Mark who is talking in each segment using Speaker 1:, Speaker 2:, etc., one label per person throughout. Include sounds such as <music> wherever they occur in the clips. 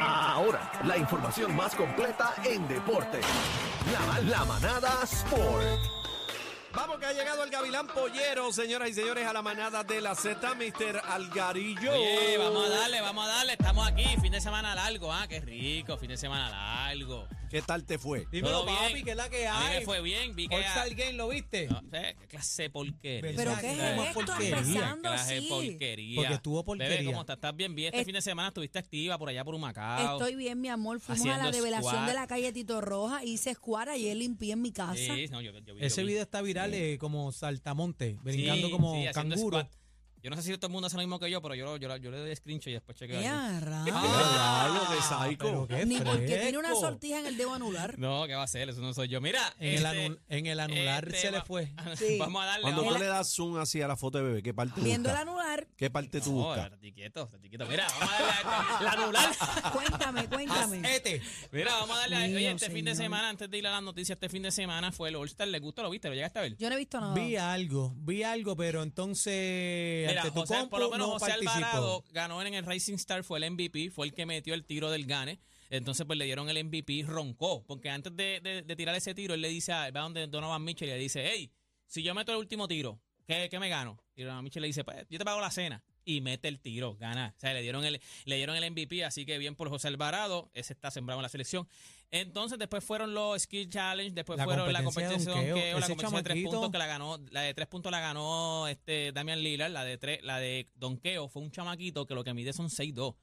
Speaker 1: Ahora, la información más completa en deporte. La, la manada Sport.
Speaker 2: Vamos que ha llegado el Gavilán Pollero, señoras y señores, a la manada de la Z, Mr. Algarillo.
Speaker 3: Oye, vamos a darle, vamos a darle. Estamos aquí, fin de semana largo. Ah, qué rico, fin de semana largo.
Speaker 2: ¿Qué tal te fue?
Speaker 4: Dímelo,
Speaker 3: Todo bien.
Speaker 4: papi, que es la que
Speaker 3: A mí me
Speaker 4: hay.
Speaker 3: fue bien, vi que...
Speaker 4: All-Star Game, ¿lo viste?
Speaker 3: No, sé, qué clase de porquería.
Speaker 5: Pero qué
Speaker 3: Qué
Speaker 5: es esto
Speaker 4: porquería,
Speaker 5: empezando
Speaker 3: clase de
Speaker 5: así.
Speaker 3: porquería.
Speaker 4: Porque estuvo
Speaker 3: Bebé,
Speaker 4: porquería.
Speaker 3: ¿cómo estás? ¿Estás bien? Bien, este
Speaker 5: Es-
Speaker 3: fin de semana estuviste activa por allá por Humacao.
Speaker 5: Estoy bien, mi amor. Fuimos a
Speaker 3: Haciendo
Speaker 5: la revelación
Speaker 3: squat.
Speaker 5: de la calle Tito Roja. Hice squat ayer, limpié en mi casa.
Speaker 3: Sí, no, yo, yo, vi- yo
Speaker 4: Ese
Speaker 3: vi.
Speaker 4: video está viral eh, como saltamonte,
Speaker 3: Sí,
Speaker 4: brincando como
Speaker 3: sí, haciendo
Speaker 4: canguro.
Speaker 3: squat. Yo no sé si todo el mundo hace lo mismo que yo, pero yo, yo, yo le doy screenshot y después chequeo. ahí.
Speaker 5: ¡Ea, rayos!
Speaker 4: Ah, pero qué
Speaker 5: Ni porque tiene una
Speaker 4: fresco.
Speaker 5: sortija en el dedo anular.
Speaker 3: No, ¿qué va a hacer? Eso no soy yo. Mira,
Speaker 4: En el,
Speaker 3: este,
Speaker 4: anul- en el anular
Speaker 3: este,
Speaker 4: se le
Speaker 3: va- <laughs>
Speaker 4: fue.
Speaker 5: Sí.
Speaker 3: Vamos a darle.
Speaker 2: Cuando
Speaker 3: vamos a
Speaker 2: tú le das zoom así a la foto de bebé, ¿qué parte
Speaker 5: Viendo el
Speaker 2: busca?
Speaker 5: anular,
Speaker 2: ¿Qué parte tú
Speaker 3: No,
Speaker 2: buscas?
Speaker 3: estate quieto, estate quieto. Mira, vamos a darle a la
Speaker 4: <laughs>
Speaker 3: anular.
Speaker 5: <laughs> cuéntame, cuéntame.
Speaker 4: Este.
Speaker 3: Mira, vamos a darle a Oye,
Speaker 5: Mío,
Speaker 3: este fin de
Speaker 5: señor.
Speaker 3: semana, antes de ir a las noticias, este fin de semana fue el All-Star. ¿Le gustó? ¿Lo viste? ¿Lo llegaste a ver?
Speaker 5: Yo no he visto nada.
Speaker 4: Vi algo, vi algo, pero entonces
Speaker 3: Mira,
Speaker 4: ante tu
Speaker 3: José, por
Speaker 4: compro,
Speaker 3: lo menos
Speaker 4: no
Speaker 3: José
Speaker 4: participo.
Speaker 3: Alvarado ganó en el Racing Star, fue el MVP, fue el que metió el tiro del Gane. Entonces, pues le dieron el MVP, roncó. Porque antes de, de- de tirar ese tiro, él le dice, a, va donde Donovan Mitchell y le dice, hey, si yo meto el último tiro, ¿qué, qué me gano? Y Donovan Mitchell le dice, pues yo te pago la cena. Y mete el tiro, gana. O sea, le dieron el, le dieron el MVP, así que bien por José Alvarado. Ese está sembrado en la selección. Entonces, después fueron los Skill Challenge, después
Speaker 4: La
Speaker 3: fueron la
Speaker 4: competencia de
Speaker 3: competencia de
Speaker 4: donkeo.
Speaker 3: donkeo, la
Speaker 4: Ese
Speaker 3: competencia de tres
Speaker 4: chamaquito.
Speaker 3: puntos que la ganó, la de tres puntos la ganó este Damian Lillard, la de tres, la de donkeo fue un chamaquito que lo que mide son 6'2".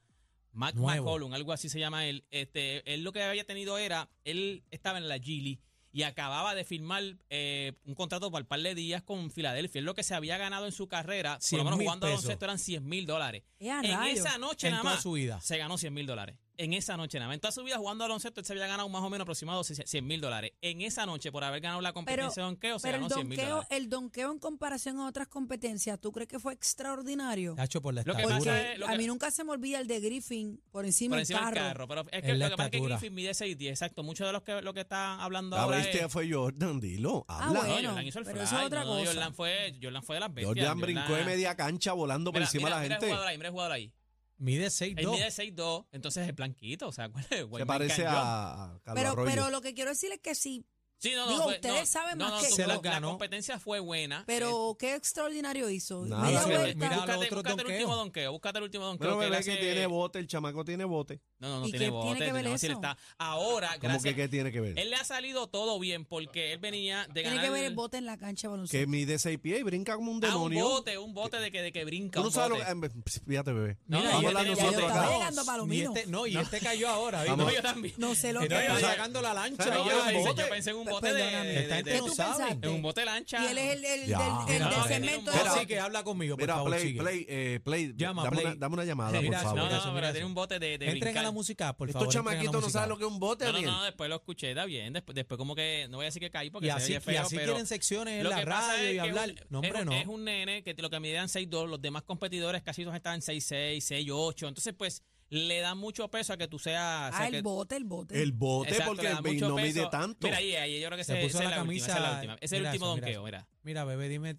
Speaker 3: Mac
Speaker 4: Nuevo.
Speaker 3: McCollum, algo así se llama él. Este, él lo que había tenido era, él estaba en la Gili y acababa de firmar eh, un contrato por un par de días con Filadelfia. Es lo que se había ganado en su carrera, por lo
Speaker 4: 100,000
Speaker 3: menos jugando
Speaker 4: pesos.
Speaker 3: baloncesto eran 100 mil dólares.
Speaker 5: ¡Ea,
Speaker 3: En
Speaker 5: Ah, rayos!
Speaker 3: esa noche
Speaker 4: En
Speaker 3: nada
Speaker 4: toda
Speaker 3: más
Speaker 4: su vida.
Speaker 3: se ganó 100 mil dólares. En esa noche nada más. En toda su vida jugando baloncesto, él se había ganado más o menos aproximado 100 mil dólares. En esa noche, por haber ganado la competencia
Speaker 5: Pero,
Speaker 3: de donkeo, se
Speaker 5: pero
Speaker 3: ganó
Speaker 5: el,
Speaker 3: 100 mil
Speaker 5: donqueo,
Speaker 3: dólares.
Speaker 5: el donqueo en comparación a otras competencias, ¿tú crees que fue extraordinario?
Speaker 4: Tacho, por la
Speaker 3: Lo que
Speaker 4: estatura.
Speaker 3: pasa es-
Speaker 5: Porque
Speaker 3: lo
Speaker 5: a
Speaker 3: que-
Speaker 5: mí nunca se me olvida el de Griffin por encima
Speaker 3: Por
Speaker 5: del
Speaker 3: encima
Speaker 5: carro.
Speaker 3: del carro. Pero es que
Speaker 4: En
Speaker 3: lo
Speaker 4: la
Speaker 3: que pasa es que
Speaker 4: estatura.
Speaker 3: Griffin mide 6'10, exacto. Muchos de los que lo que están hablando
Speaker 2: La
Speaker 3: ahora es-
Speaker 2: bestia fue Jordan, dilo.
Speaker 5: Ah,
Speaker 2: Habla.
Speaker 3: No,
Speaker 5: bueno.
Speaker 3: Jordan hizo el
Speaker 5: pero
Speaker 3: fly,
Speaker 5: eso es otra
Speaker 3: no,
Speaker 5: cosa.
Speaker 3: Jordan fue, Jordan fue de las bestias.
Speaker 2: Jordan brincó de media cancha volando por
Speaker 3: Mira,
Speaker 2: encima
Speaker 3: mira,
Speaker 2: de
Speaker 3: mira
Speaker 2: la
Speaker 3: el
Speaker 2: gente.
Speaker 3: jugador ahí, mira el jugador ahí.
Speaker 4: Mide
Speaker 3: Él
Speaker 4: 6'2".
Speaker 3: mide Pues 6'2", entonces es blanquito, o sea, <laughs> ¿cuál es?
Speaker 2: Se
Speaker 3: White
Speaker 2: parece
Speaker 3: Man Canyon.
Speaker 2: a, a Carlos
Speaker 5: Pero,
Speaker 2: Arroyo.
Speaker 5: pero lo que quiero decir es que sí,
Speaker 3: Sí, no, no,
Speaker 5: Digo,
Speaker 3: fue-
Speaker 5: ustedes
Speaker 3: no,
Speaker 5: saben
Speaker 3: no,
Speaker 5: más
Speaker 3: no,
Speaker 5: que
Speaker 3: tú-
Speaker 4: Se
Speaker 3: la-
Speaker 4: las ganó.
Speaker 3: La competencia fue buena. Eh,
Speaker 5: pero qué extraordinario hizo.
Speaker 2: Nada, Ah,
Speaker 5: Media
Speaker 2: sí,
Speaker 3: búscate,
Speaker 5: vuelta.
Speaker 4: mira,
Speaker 3: búscate,
Speaker 4: los otros
Speaker 3: búscate el
Speaker 4: donkeos.
Speaker 3: último donqueo, búscate el último donqueo.
Speaker 2: Bueno,
Speaker 3: que él
Speaker 2: bebé que
Speaker 3: hace-
Speaker 2: tiene bote, el chamaco tiene bote.
Speaker 3: No, no, no
Speaker 5: ¿Y
Speaker 3: tiene
Speaker 5: qué
Speaker 3: bote.
Speaker 5: tiene que ver
Speaker 3: no, si él
Speaker 5: eso?
Speaker 3: está- ahora,
Speaker 2: ¿Cómo
Speaker 3: gracias.
Speaker 2: que qué tiene que ver?
Speaker 3: Él le ha salido todo bien porque él venía de
Speaker 5: Tiene
Speaker 3: ganar
Speaker 5: que ver el bote en la cancha
Speaker 2: Que
Speaker 5: de baloncesto.
Speaker 2: mide seis pies y brinca como un
Speaker 3: Ah, un
Speaker 2: demonio.
Speaker 3: bote, un bote de que, de que brinca.
Speaker 2: Tú no
Speaker 3: un
Speaker 2: sabes lo
Speaker 3: bote.
Speaker 2: que- eh, <laughs> Fíjate, bebé.
Speaker 3: No, ya
Speaker 4: Mira, y
Speaker 2: Vamos a
Speaker 3: yo
Speaker 2: hablar
Speaker 3: tenía-
Speaker 5: ya yo
Speaker 2: nosotros
Speaker 5: estaba
Speaker 2: acá.
Speaker 5: llegando
Speaker 4: Este
Speaker 5: a
Speaker 4: y
Speaker 5: Palomino.
Speaker 4: este, no, y este cayó ahora.
Speaker 3: No,
Speaker 2: Vamos.
Speaker 3: yo <laughs> también.
Speaker 5: No sé lo
Speaker 4: Está
Speaker 5: que
Speaker 2: yo
Speaker 5: es.
Speaker 2: ya-
Speaker 4: sacando la lancha.
Speaker 2: O sea,
Speaker 3: No,
Speaker 4: y ya
Speaker 3: yo,
Speaker 2: lleva
Speaker 4: el
Speaker 3: pensé-
Speaker 4: bote.
Speaker 3: yo pensé en un
Speaker 5: Pe-
Speaker 3: bote
Speaker 5: perdóname.
Speaker 3: de,
Speaker 4: Esta gente
Speaker 3: de-
Speaker 5: ¿Qué
Speaker 4: no
Speaker 5: tú
Speaker 4: sabe.
Speaker 5: pensaste?
Speaker 3: en un bote lancha.
Speaker 5: Y él es el, el-
Speaker 2: Ya.
Speaker 5: del- el
Speaker 2: No,
Speaker 5: del
Speaker 3: que tiene un
Speaker 5: segmento.
Speaker 3: bote.
Speaker 5: de-
Speaker 4: Así que habla conmigo, por
Speaker 2: Mira,
Speaker 4: favor,
Speaker 2: Play,
Speaker 4: sigue.
Speaker 2: Play, eh, Play.
Speaker 4: Llama,
Speaker 2: dame,
Speaker 4: Play.
Speaker 2: Una, dame una llamada,
Speaker 4: Sí,
Speaker 2: por
Speaker 4: mira,
Speaker 2: favor.
Speaker 3: No,
Speaker 4: mira
Speaker 3: no,
Speaker 4: eso,
Speaker 3: pero
Speaker 4: mira
Speaker 3: tiene
Speaker 4: eso.
Speaker 3: un bote de, de
Speaker 4: Entren a la
Speaker 3: brincar.
Speaker 4: música, por favor.
Speaker 2: Estos
Speaker 4: entren a la
Speaker 2: chamaquitos no
Speaker 4: música.
Speaker 2: saben lo que es un bote,
Speaker 3: No, no,
Speaker 2: Ariel.
Speaker 3: no, después lo escuché, está bien. Después, después como que, no voy a decir que caí porque
Speaker 4: Y
Speaker 3: se
Speaker 4: así,
Speaker 3: oye
Speaker 4: y
Speaker 3: feo,
Speaker 4: así
Speaker 3: pero
Speaker 4: quieren secciones en
Speaker 3: lo
Speaker 4: la
Speaker 3: que pasa
Speaker 4: radio
Speaker 3: es
Speaker 4: y
Speaker 3: que
Speaker 4: hablar.
Speaker 3: un-
Speaker 4: no,
Speaker 3: es
Speaker 4: hombre,
Speaker 3: un-
Speaker 4: no.
Speaker 3: Es un nene que lo que medían 6'2, los demás competidores casi todos estaban 6'6, 6'8. Entonces, pues, le da mucho peso a que tú seas... o sea,
Speaker 5: Ah,
Speaker 3: que-
Speaker 5: el bote, el bote.
Speaker 2: El bote,
Speaker 3: Exacto,
Speaker 2: porque
Speaker 3: le da
Speaker 2: el
Speaker 3: mucho
Speaker 2: no mide
Speaker 3: peso.
Speaker 2: tanto.
Speaker 3: Mira ahí, ahí, yo creo que
Speaker 4: Se
Speaker 3: ese-
Speaker 4: puso
Speaker 3: esa es
Speaker 4: la
Speaker 3: la última, esa es la
Speaker 4: camisa-
Speaker 3: última. Ese es el
Speaker 4: mira
Speaker 3: último
Speaker 4: eso, mira
Speaker 3: donqueo,
Speaker 4: eso.
Speaker 3: mira.
Speaker 4: Mira, bebé, dime.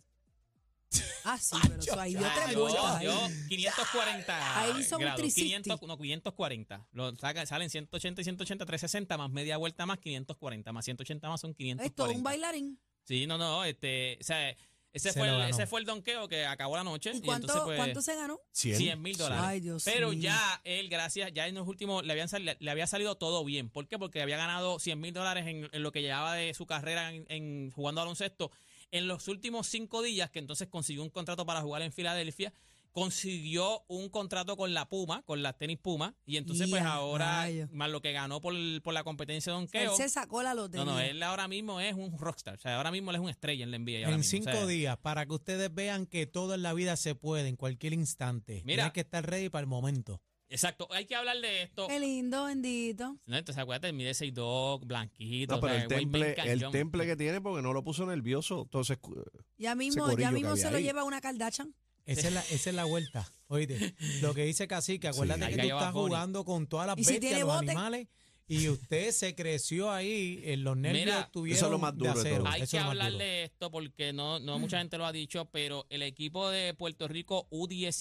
Speaker 5: Ah, sí, pero eso ahí dio
Speaker 3: Ah,
Speaker 5: tres
Speaker 3: yo-
Speaker 5: vueltas. ahí.
Speaker 3: yo, 540
Speaker 5: Ahí hizo un
Speaker 3: grados,
Speaker 5: 360.
Speaker 3: 500, no, 540. Lo saca- salen 180 y 180, 360 más media vuelta más 540, más 180 más son
Speaker 5: Es todo
Speaker 3: 540.
Speaker 5: un bailarín.
Speaker 3: Sí, no, no, este, o sea, Ese,
Speaker 4: Se
Speaker 3: fue
Speaker 4: lo
Speaker 3: el,
Speaker 4: ganó.
Speaker 3: ese fue el donqueo que acabó la noche.
Speaker 5: ¿Y
Speaker 3: y entonces,
Speaker 5: cuánto,
Speaker 3: pues,
Speaker 5: cuánto se ganó?
Speaker 3: 100 mil dólares.
Speaker 5: Ay, Dios
Speaker 3: Pero
Speaker 5: mío.
Speaker 3: ya él, gracias, ya en los últimos le, habían sal- le había salido todo bien. ¿Por qué? Porque había ganado 100 mil dólares en, en lo que llevaba de su carrera en, en jugando baloncesto. En los últimos cinco días, que entonces consiguió un contrato para jugar en Filadelfia, consiguió un contrato con la Puma, con las tenis Puma. Y entonces, pues
Speaker 5: Ya,
Speaker 3: ahora,
Speaker 5: rayo.
Speaker 3: más lo que ganó por, por la competencia de
Speaker 5: Él
Speaker 3: donkeo.
Speaker 5: se sacó la
Speaker 3: No,
Speaker 5: lotería.
Speaker 3: no, él ahora mismo es un rockstar. O sea, ahora mismo él es una estrella en la NBA. ahora
Speaker 4: En
Speaker 3: mismo, o
Speaker 4: cinco
Speaker 3: sea,
Speaker 4: días, para que ustedes vean que todo en la vida se puede, en cualquier instante.
Speaker 3: Mira.
Speaker 4: Tienes que estar ready para el momento.
Speaker 3: Exacto. Hay que hablar de esto.
Speaker 5: Qué lindo, bendito.
Speaker 3: No, entonces acuérdate, mide 6'2, blanquito.
Speaker 6: No, pero
Speaker 3: o sea,
Speaker 6: el
Speaker 3: güey, bien
Speaker 6: temple, el
Speaker 3: cañón.
Speaker 6: temple que tiene porque no lo puso nervioso. Entonces, cu-
Speaker 5: Ya
Speaker 6: Ese
Speaker 5: mismo,
Speaker 6: corillo
Speaker 5: ya
Speaker 6: que
Speaker 5: mismo
Speaker 6: había
Speaker 5: se lo
Speaker 6: ahí.
Speaker 5: lleva una Kardashian.
Speaker 4: Esa, es la, esa es la vuelta. Oíste, lo que dice Cacique, acuérdate
Speaker 3: Ahí
Speaker 4: que tú
Speaker 3: cayó Bad
Speaker 4: estás
Speaker 3: Bunny.
Speaker 4: jugando con todas las
Speaker 5: Y si
Speaker 4: bestias,
Speaker 5: tiene
Speaker 4: los
Speaker 5: bote.
Speaker 4: animales, y usted se creció ahí, en los nervios
Speaker 3: Mira,
Speaker 4: estuvieron
Speaker 6: eso es lo más duro
Speaker 4: de
Speaker 6: de
Speaker 4: acero.
Speaker 6: todo.
Speaker 3: Hay
Speaker 4: Eso
Speaker 3: que
Speaker 4: es lo más duro.
Speaker 3: hablar de esto porque no, no mucha gente lo ha dicho, pero el equipo de Puerto Rico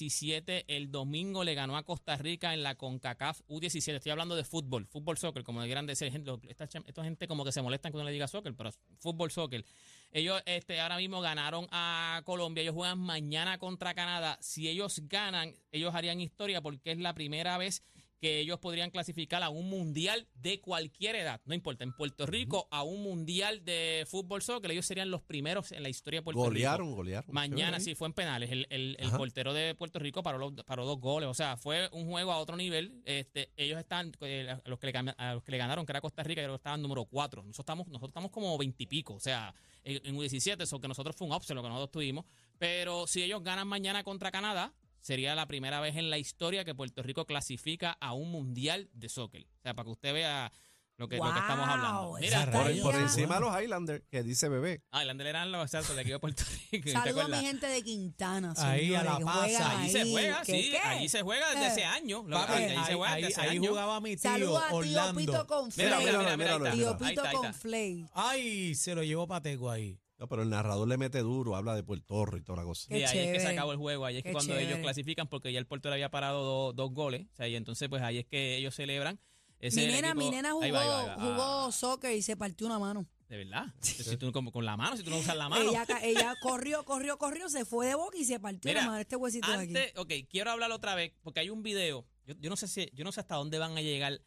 Speaker 3: U17 el domingo le ganó a Costa Rica en la CONCACAF U17. Estoy hablando de fútbol, fútbol soccer, como le quieran decir. Gente, esta, cham- esta gente como que se molestan cuando le diga soccer, pero fútbol soccer. Ellos este, ahora mismo ganaron a Colombia, ellos juegan mañana contra Canadá. Si ellos ganan, ellos harían historia porque es la primera vez que ellos podrían clasificar a un mundial de cualquier edad, no importa, en Puerto Rico a un mundial de fútbol soccer, ellos serían los primeros en la historia de Puerto Rico.
Speaker 6: golearon, golearon.
Speaker 3: Mañana
Speaker 6: Chévere
Speaker 3: sí fue en penales. El, el- el
Speaker 6: Ajá.
Speaker 3: portero de Puerto Rico paró, los- paró dos goles. O sea, fue un juego a otro nivel. Este, ellos están, eh, a los que le, cam- a los que le ganaron, que era Costa Rica, ellos estaban número cuatro. Nosotros estamos, nosotros estamos como veintipico. O sea, en, en U17, eso que nosotros fue un offset lo que nosotros tuvimos. Pero si ellos ganan mañana contra Canadá, sería la primera vez en la historia que Puerto Rico clasifica a un mundial de soccer. O sea, para que usted vea lo que, lo que estamos hablando.
Speaker 5: Wow,
Speaker 3: Mira,
Speaker 5: esa
Speaker 6: ahí. Por,
Speaker 5: Estaría-
Speaker 6: por encima de los Highlanders, que dice bebé.
Speaker 3: ah, el Andel eran los exactos de aquí de Puerto <laughs> Rico. ¿te
Speaker 5: Saludo a mi
Speaker 3: acuerdas?
Speaker 5: gente de Quintana.
Speaker 4: Ahí a la
Speaker 5: señores, que juegan
Speaker 4: pasa.
Speaker 3: Allí se juega,
Speaker 5: ¿Qué,
Speaker 3: sí.
Speaker 5: qué?
Speaker 3: Allí se juega desde
Speaker 5: Eh.
Speaker 3: ese año. Lo-
Speaker 4: Papi,
Speaker 3: allí
Speaker 4: ahí,
Speaker 3: se juega desde
Speaker 4: ahí-
Speaker 3: ese
Speaker 4: ahí
Speaker 3: año.
Speaker 4: jugaba mi tío
Speaker 5: Saludo a tío
Speaker 4: Orlando.
Speaker 5: Pito con
Speaker 3: Mira,
Speaker 5: Flay.
Speaker 3: mira, mira, mira, ahí
Speaker 5: Tío
Speaker 3: está. Ahí
Speaker 5: Pito
Speaker 3: está, ahí
Speaker 5: con
Speaker 3: está.
Speaker 5: Flay.
Speaker 4: Ay, se lo llevó Pateco ahí.
Speaker 6: No, pero el narrador le mete duro, habla de Puerto Rico y toda la cosa.
Speaker 5: Qué
Speaker 3: y ahí es que se
Speaker 5: chévere.
Speaker 3: acabó el juego. Ahí es que
Speaker 5: Qué
Speaker 3: cuando ellos
Speaker 5: chévere.
Speaker 3: clasifican, porque ya el Puerto le había parado dos- dos goles. O sea, y entonces, pues ahí es que ellos celebran. Ese
Speaker 5: Mi
Speaker 3: el
Speaker 5: nena,
Speaker 3: equipo-
Speaker 5: mi nena jugó,
Speaker 3: Ahí va, ahí va, ahí va. Ah,
Speaker 5: jugó soccer y se partió una mano.
Speaker 3: de verdad. Si tú, como con la mano, si tú no usas la mano.
Speaker 5: Ella, ca- ella <laughs> corrió, corrió, corrió, se fue de boca y se partió
Speaker 3: Mira,
Speaker 5: la mano, este huesito de aquí.
Speaker 3: Antes, ok, quiero hablar otra vez, porque hay un video. Yo, yo no sé si, yo no sé hasta dónde van a llegar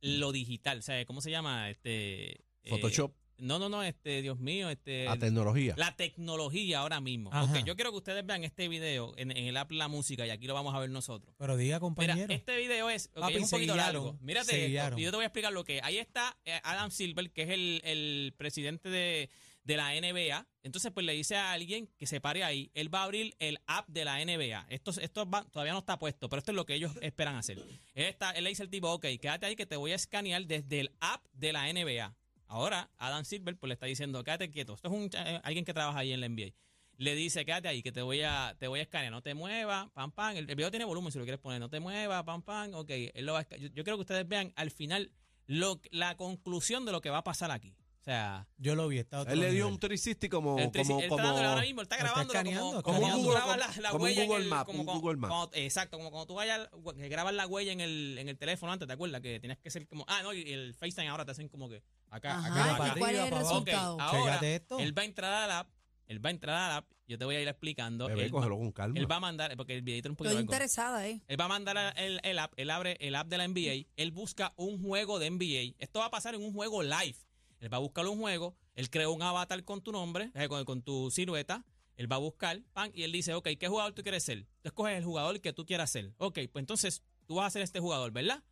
Speaker 3: lo digital. O sea, ¿cómo se llama? Este. eh,
Speaker 6: Photoshop, Ah,
Speaker 3: no, no, no, este, Dios mío, este.
Speaker 6: a tecnología.
Speaker 3: La tecnología ahora mismo.
Speaker 4: Ajá.
Speaker 3: Ok, yo quiero que ustedes vean este video en, en el app La Música y aquí lo vamos a ver nosotros.
Speaker 4: Pero diga,
Speaker 3: Mira,
Speaker 4: compañero.
Speaker 3: este video es, ok,
Speaker 4: Papi,
Speaker 3: es un
Speaker 4: se
Speaker 3: poquito
Speaker 4: guiaron,
Speaker 3: largo. Mírate,
Speaker 4: se
Speaker 3: esto,
Speaker 4: guiaron.
Speaker 3: y yo te voy a explicar lo que es. Ahí está eh, Adam Silver, que es el, el presidente de, de la NBA. Entonces, pues le dice a alguien que se pare ahí. Él va a abrir el app de la NBA. Esto, esto va- todavía no está puesto, pero esto es lo que ellos esperan hacer. Él, está, él le dice al tipo, ok, quédate ahí que te voy a escanear desde el app de la NBA. Ahora, Adam Silver pues, le está diciendo, quédate quieto. Esto es un, cha- eh, alguien que trabaja ahí en la NBA. Le dice, quédate ahí, que te voy a, te voy a escanear. No te muevas, pam, pam. El, el video tiene volumen, si lo quieres poner. No te muevas, pam, pam. Ok, él lo va a esca- yo, yo quiero que ustedes vean al final lo, la conclusión de lo que va a pasar aquí. O sea,
Speaker 4: Yo lo vi, está otro
Speaker 6: Él le dio
Speaker 4: nivel.
Speaker 6: un 360 como,
Speaker 3: él te-
Speaker 6: como,
Speaker 3: él está
Speaker 6: como
Speaker 3: dándole ahora mismo, él está
Speaker 4: Está
Speaker 3: grabando
Speaker 4: escaneando,
Speaker 3: como, como
Speaker 4: escaneando.
Speaker 3: tú grabas la,
Speaker 6: Como-
Speaker 3: la
Speaker 6: como un
Speaker 3: huella en
Speaker 6: Google
Speaker 3: el-
Speaker 6: Map,
Speaker 3: como
Speaker 6: un
Speaker 3: cuando-
Speaker 6: Google Map.
Speaker 3: cuando- exacto, como cuando tú vayas, al- que grabas la huella en el, en el teléfono antes, ¿te acuerdas? Que tenías que ser como, ah, no, y el FaceTime ahora te hacen como que acá,
Speaker 5: Ajá,
Speaker 3: acá,
Speaker 4: Mira,
Speaker 5: ¿y
Speaker 3: acá.
Speaker 4: Pati,
Speaker 5: ¿Cuál es el
Speaker 4: mira, papá.
Speaker 3: Ok,
Speaker 5: resultado?
Speaker 3: ahora
Speaker 4: Chécate esto.
Speaker 3: él va a entrar a la app, él va a entrar a la app, yo te voy a ir explicando.
Speaker 6: bebé,
Speaker 3: él, va,
Speaker 6: cógelo con calma.
Speaker 3: él va a mandar, porque el videito es un poquito
Speaker 5: Estoy
Speaker 3: largo.
Speaker 5: interesada, ¿eh?
Speaker 3: Él va a mandar a- el, el app, él abre el app de la NBA, él busca un juego de NBA. Esto va a pasar en un juego live. Él va a buscar un juego, él crea un avatar con tu nombre, eh, con, con tu silueta. Él va a buscar, pan, y él dice, ok, ¿qué jugador tú quieres ser? Tú escoges el jugador que tú quieras ser. Ok, pues entonces tú vas a ser este jugador, ¿verdad?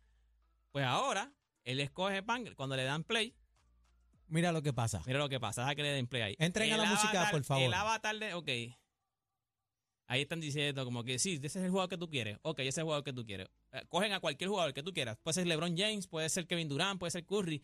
Speaker 3: Pues ahora, él escoge, pan, cuando le dan play,
Speaker 4: Mira lo que pasa.
Speaker 3: Mira lo que pasa, deja que le den play ahí.
Speaker 4: Entren a
Speaker 3: El
Speaker 4: la música,
Speaker 3: avatar-
Speaker 4: por favor.
Speaker 3: El avatar de. Ok. Ahí están diciendo como que sí, ese es el jugador que tú quieres. Ok, ese es el jugador que tú quieres. Eh, Cogen a cualquier jugador que tú quieras. Puede ser LeBron James, puede ser Kevin Durant, puede ser Curry.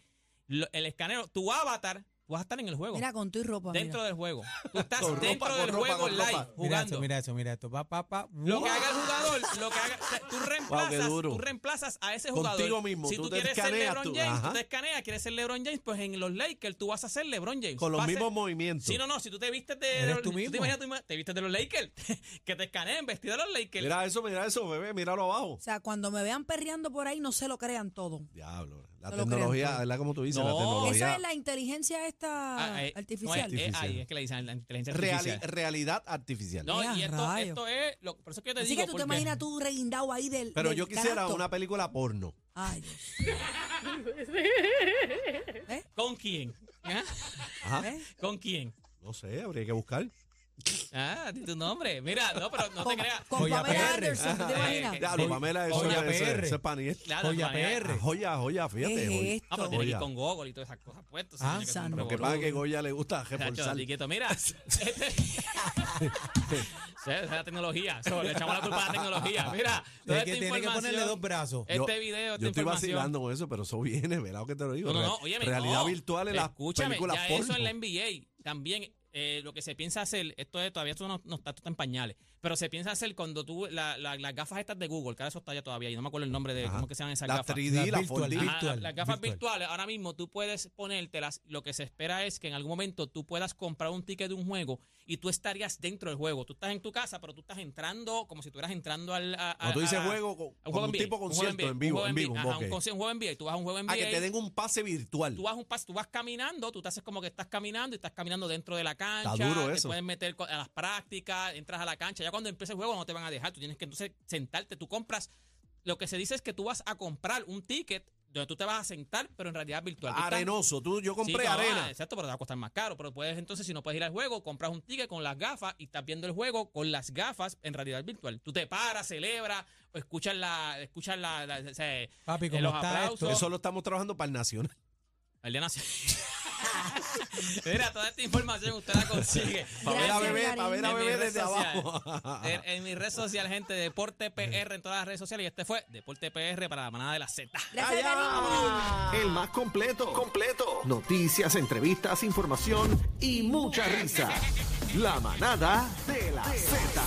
Speaker 3: Lo- el escaneo, tu avatar, tú vas a estar en el juego.
Speaker 5: Mira, con tu y ropa. mira.
Speaker 3: dentro del juego. Tú estás
Speaker 6: <laughs> Con ropa,
Speaker 3: dentro
Speaker 6: con
Speaker 3: del
Speaker 6: ropa,
Speaker 3: juego
Speaker 6: con ropa.
Speaker 3: live
Speaker 4: Mira
Speaker 3: jugando.
Speaker 4: esto, mira esto, mira esto. Pa, pa, pa.
Speaker 3: Lo que haga el jugador, jugador, lo que haga, o sea,
Speaker 5: <laughs>
Speaker 3: tú reemplazas,
Speaker 6: duro.
Speaker 3: tú reemplazas a ese jugador.
Speaker 6: Contigo mismo,
Speaker 3: Si
Speaker 6: tú
Speaker 3: tú,
Speaker 6: te
Speaker 3: quieres ser
Speaker 6: escaneas,
Speaker 3: LeBron
Speaker 6: tú-
Speaker 3: James, tú
Speaker 6: ajá.
Speaker 3: te escaneas, quieres ser LeBron James, pues en los Lakers tú vas a ser LeBron James.
Speaker 6: Con los
Speaker 3: Va a ser-
Speaker 6: mismos movimientos.
Speaker 3: Sí, no, no, si tú te vistes de
Speaker 4: Eres tú
Speaker 3: te
Speaker 4: mismo.
Speaker 3: imaginas tú mismo- te vistes de los Lakers, <laughs> que te escaneen vestido de los Lakers.
Speaker 6: Mira eso, mira eso, bebé, míralo abajo.
Speaker 5: O sea, cuando me vean perreando por ahí, no se lo crean todo.
Speaker 6: Diablo,
Speaker 5: No
Speaker 6: la
Speaker 5: lo crean,
Speaker 6: tecnología,
Speaker 5: no.
Speaker 6: ¿verdad? Como tú dices, la
Speaker 3: No.
Speaker 6: tecnología.
Speaker 5: Esa es la inteligencia esta
Speaker 3: Oh, Ah, eh,
Speaker 5: artificial.
Speaker 3: No, eh, eh,
Speaker 6: Artificial.
Speaker 3: ahí es que le dicen la inteligencia
Speaker 6: Reali-
Speaker 3: artificial.
Speaker 6: realidad artificial.
Speaker 3: No,
Speaker 5: Mira,
Speaker 3: y esto,
Speaker 5: rayos.
Speaker 3: esto es. Lo, por eso es que yo te
Speaker 5: Así
Speaker 3: digo.
Speaker 5: que tú te
Speaker 3: porque-
Speaker 5: imaginas tú reguindado ahí del.
Speaker 6: Pero
Speaker 5: del
Speaker 6: yo quisiera
Speaker 5: canasto.
Speaker 6: una película porno.
Speaker 5: Ay, Dios.
Speaker 6: <laughs>
Speaker 3: ¿Con quién? ¿Ah?
Speaker 6: Ajá.
Speaker 5: ¿Eh?
Speaker 3: ¿Con quién?
Speaker 6: No sé, habría que buscar.
Speaker 3: Ah, di tu nombre. Mira, no, pero no te creas.
Speaker 5: Con
Speaker 4: Voy a
Speaker 5: Pamela
Speaker 4: PR.
Speaker 5: Anderson, ¿tú te
Speaker 3: Ah,
Speaker 5: imaginas?
Speaker 3: eh,
Speaker 6: <laughs> Ya, lo
Speaker 4: Joy-
Speaker 6: Pamela, eso
Speaker 4: Joya
Speaker 6: es
Speaker 4: PR.
Speaker 6: eso es paniel.
Speaker 3: Claro,
Speaker 4: Joya
Speaker 3: María.
Speaker 4: PR.
Speaker 6: Joya, joya, fíjate.
Speaker 5: ¿Qué
Speaker 6: Joya.
Speaker 5: es
Speaker 3: Ah,
Speaker 5: esto?
Speaker 3: pero tiene que ir
Speaker 6: Joya.
Speaker 3: con Google y todas esas cosas puestas.
Speaker 4: Ah,
Speaker 3: señor, que es un
Speaker 5: santo.
Speaker 6: Lo que
Speaker 3: revolú.
Speaker 6: pasa es que Goya le gusta
Speaker 3: <laughs> Chacho,
Speaker 6: reforzar.
Speaker 3: di quieto, mira. este- Esa es la tecnología. So, le echamos la culpa a la tecnología. Mira, toda
Speaker 4: Tiene
Speaker 3: esta
Speaker 4: que, tiene que
Speaker 3: información,
Speaker 4: ponerle dos brazos.
Speaker 3: Este
Speaker 6: Yo-
Speaker 3: video, esta
Speaker 6: Yo estoy
Speaker 3: información.
Speaker 6: vacilando con eso, pero eso viene, ¿verdad? que te lo digo?
Speaker 3: No, no, no,
Speaker 6: Real-
Speaker 3: óyeme,
Speaker 6: Realidad
Speaker 3: no.
Speaker 6: virtual en las
Speaker 3: Escúchame,
Speaker 6: películas
Speaker 3: ya
Speaker 6: porno.
Speaker 3: eso en la NBA también eh, lo que se piensa hacer, esto es, todavía esto no, no está, esto está en pañales, pero se piensa hacer cuando tú, la- la- las gafas estas de Google, que ahora eso está ya todavía, yo no me acuerdo el nombre de
Speaker 6: Ajá.
Speaker 3: cómo que se llaman esas
Speaker 6: La
Speaker 3: gafas.
Speaker 6: 3D, la
Speaker 4: La virtual,
Speaker 6: 4D.
Speaker 3: Ajá,
Speaker 4: virtual,
Speaker 3: las gafas
Speaker 4: virtual.
Speaker 3: virtuales, ahora mismo tú puedes ponértelas. Lo que se espera es que en algún momento tú puedas comprar un ticket de un juego y tú estarías dentro del juego. Tú estás en tu casa, pero tú estás entrando como si tú eras entrando al. a- a-
Speaker 6: Cuando tú dices
Speaker 3: a-
Speaker 6: juego,
Speaker 3: a
Speaker 6: co-
Speaker 3: Ah, un
Speaker 6: como
Speaker 3: juego
Speaker 6: un
Speaker 3: NBA,
Speaker 6: tipo
Speaker 3: juego
Speaker 6: concierto
Speaker 3: NBA,
Speaker 6: en vivo,
Speaker 3: un
Speaker 6: en
Speaker 3: juego
Speaker 6: vivo.
Speaker 3: NBA, ajá, un,
Speaker 6: ok.
Speaker 3: conci- un juego NBA. Tú vas a un juego NBA.
Speaker 6: A que te den un pase virtual.
Speaker 3: Tú vas, un pas- tú vas caminando, tú te haces como que estás caminando y estás caminando dentro de la cancha.
Speaker 6: Está duro
Speaker 3: te
Speaker 6: eso.
Speaker 3: pueden meter co- a las prácticas, entras a la cancha. Ya cuando empieza el juego no te van a dejar. Tú tienes que entonces sentarte. Tú compras. Lo que se dice es que tú vas a comprar un ticket donde tú te vas a sentar, pero en realidad virtual. Tú estás-
Speaker 6: Arenoso. Tú, yo
Speaker 3: Sí,
Speaker 6: compré
Speaker 3: no,
Speaker 6: arena.
Speaker 3: ah, Exacto, pero te va a costar más caro. Pero puedes entonces, si no puedes ir al juego, compras un ticket con las gafas y estás viendo el juego con las gafas en realidad virtual. Tú te paras, celebras, o escuchas la, escuchas la, la- o sea,
Speaker 4: Papi,
Speaker 3: eh,
Speaker 4: ¿cómo
Speaker 3: los
Speaker 4: está
Speaker 3: aplausos.
Speaker 4: esto?
Speaker 6: Eso lo estamos trabajando para el Nacional.
Speaker 3: El día nacional. <laughs> Mira, toda esta información usted la
Speaker 6: <laughs>
Speaker 3: consigue.
Speaker 6: Para ver a
Speaker 5: Gracias,
Speaker 6: bebé, para ver a
Speaker 3: En mi
Speaker 6: bebé
Speaker 3: red
Speaker 6: desde
Speaker 3: social.
Speaker 6: abajo.
Speaker 3: En, en mi red social, gente, Deporte PR en todas las redes sociales. Y este fue Deporte PR para la manada de la Z.
Speaker 5: Gracias, cariño.
Speaker 1: El más completo. Completo. Noticias, entrevistas, información y mucha risa. La manada de la Z.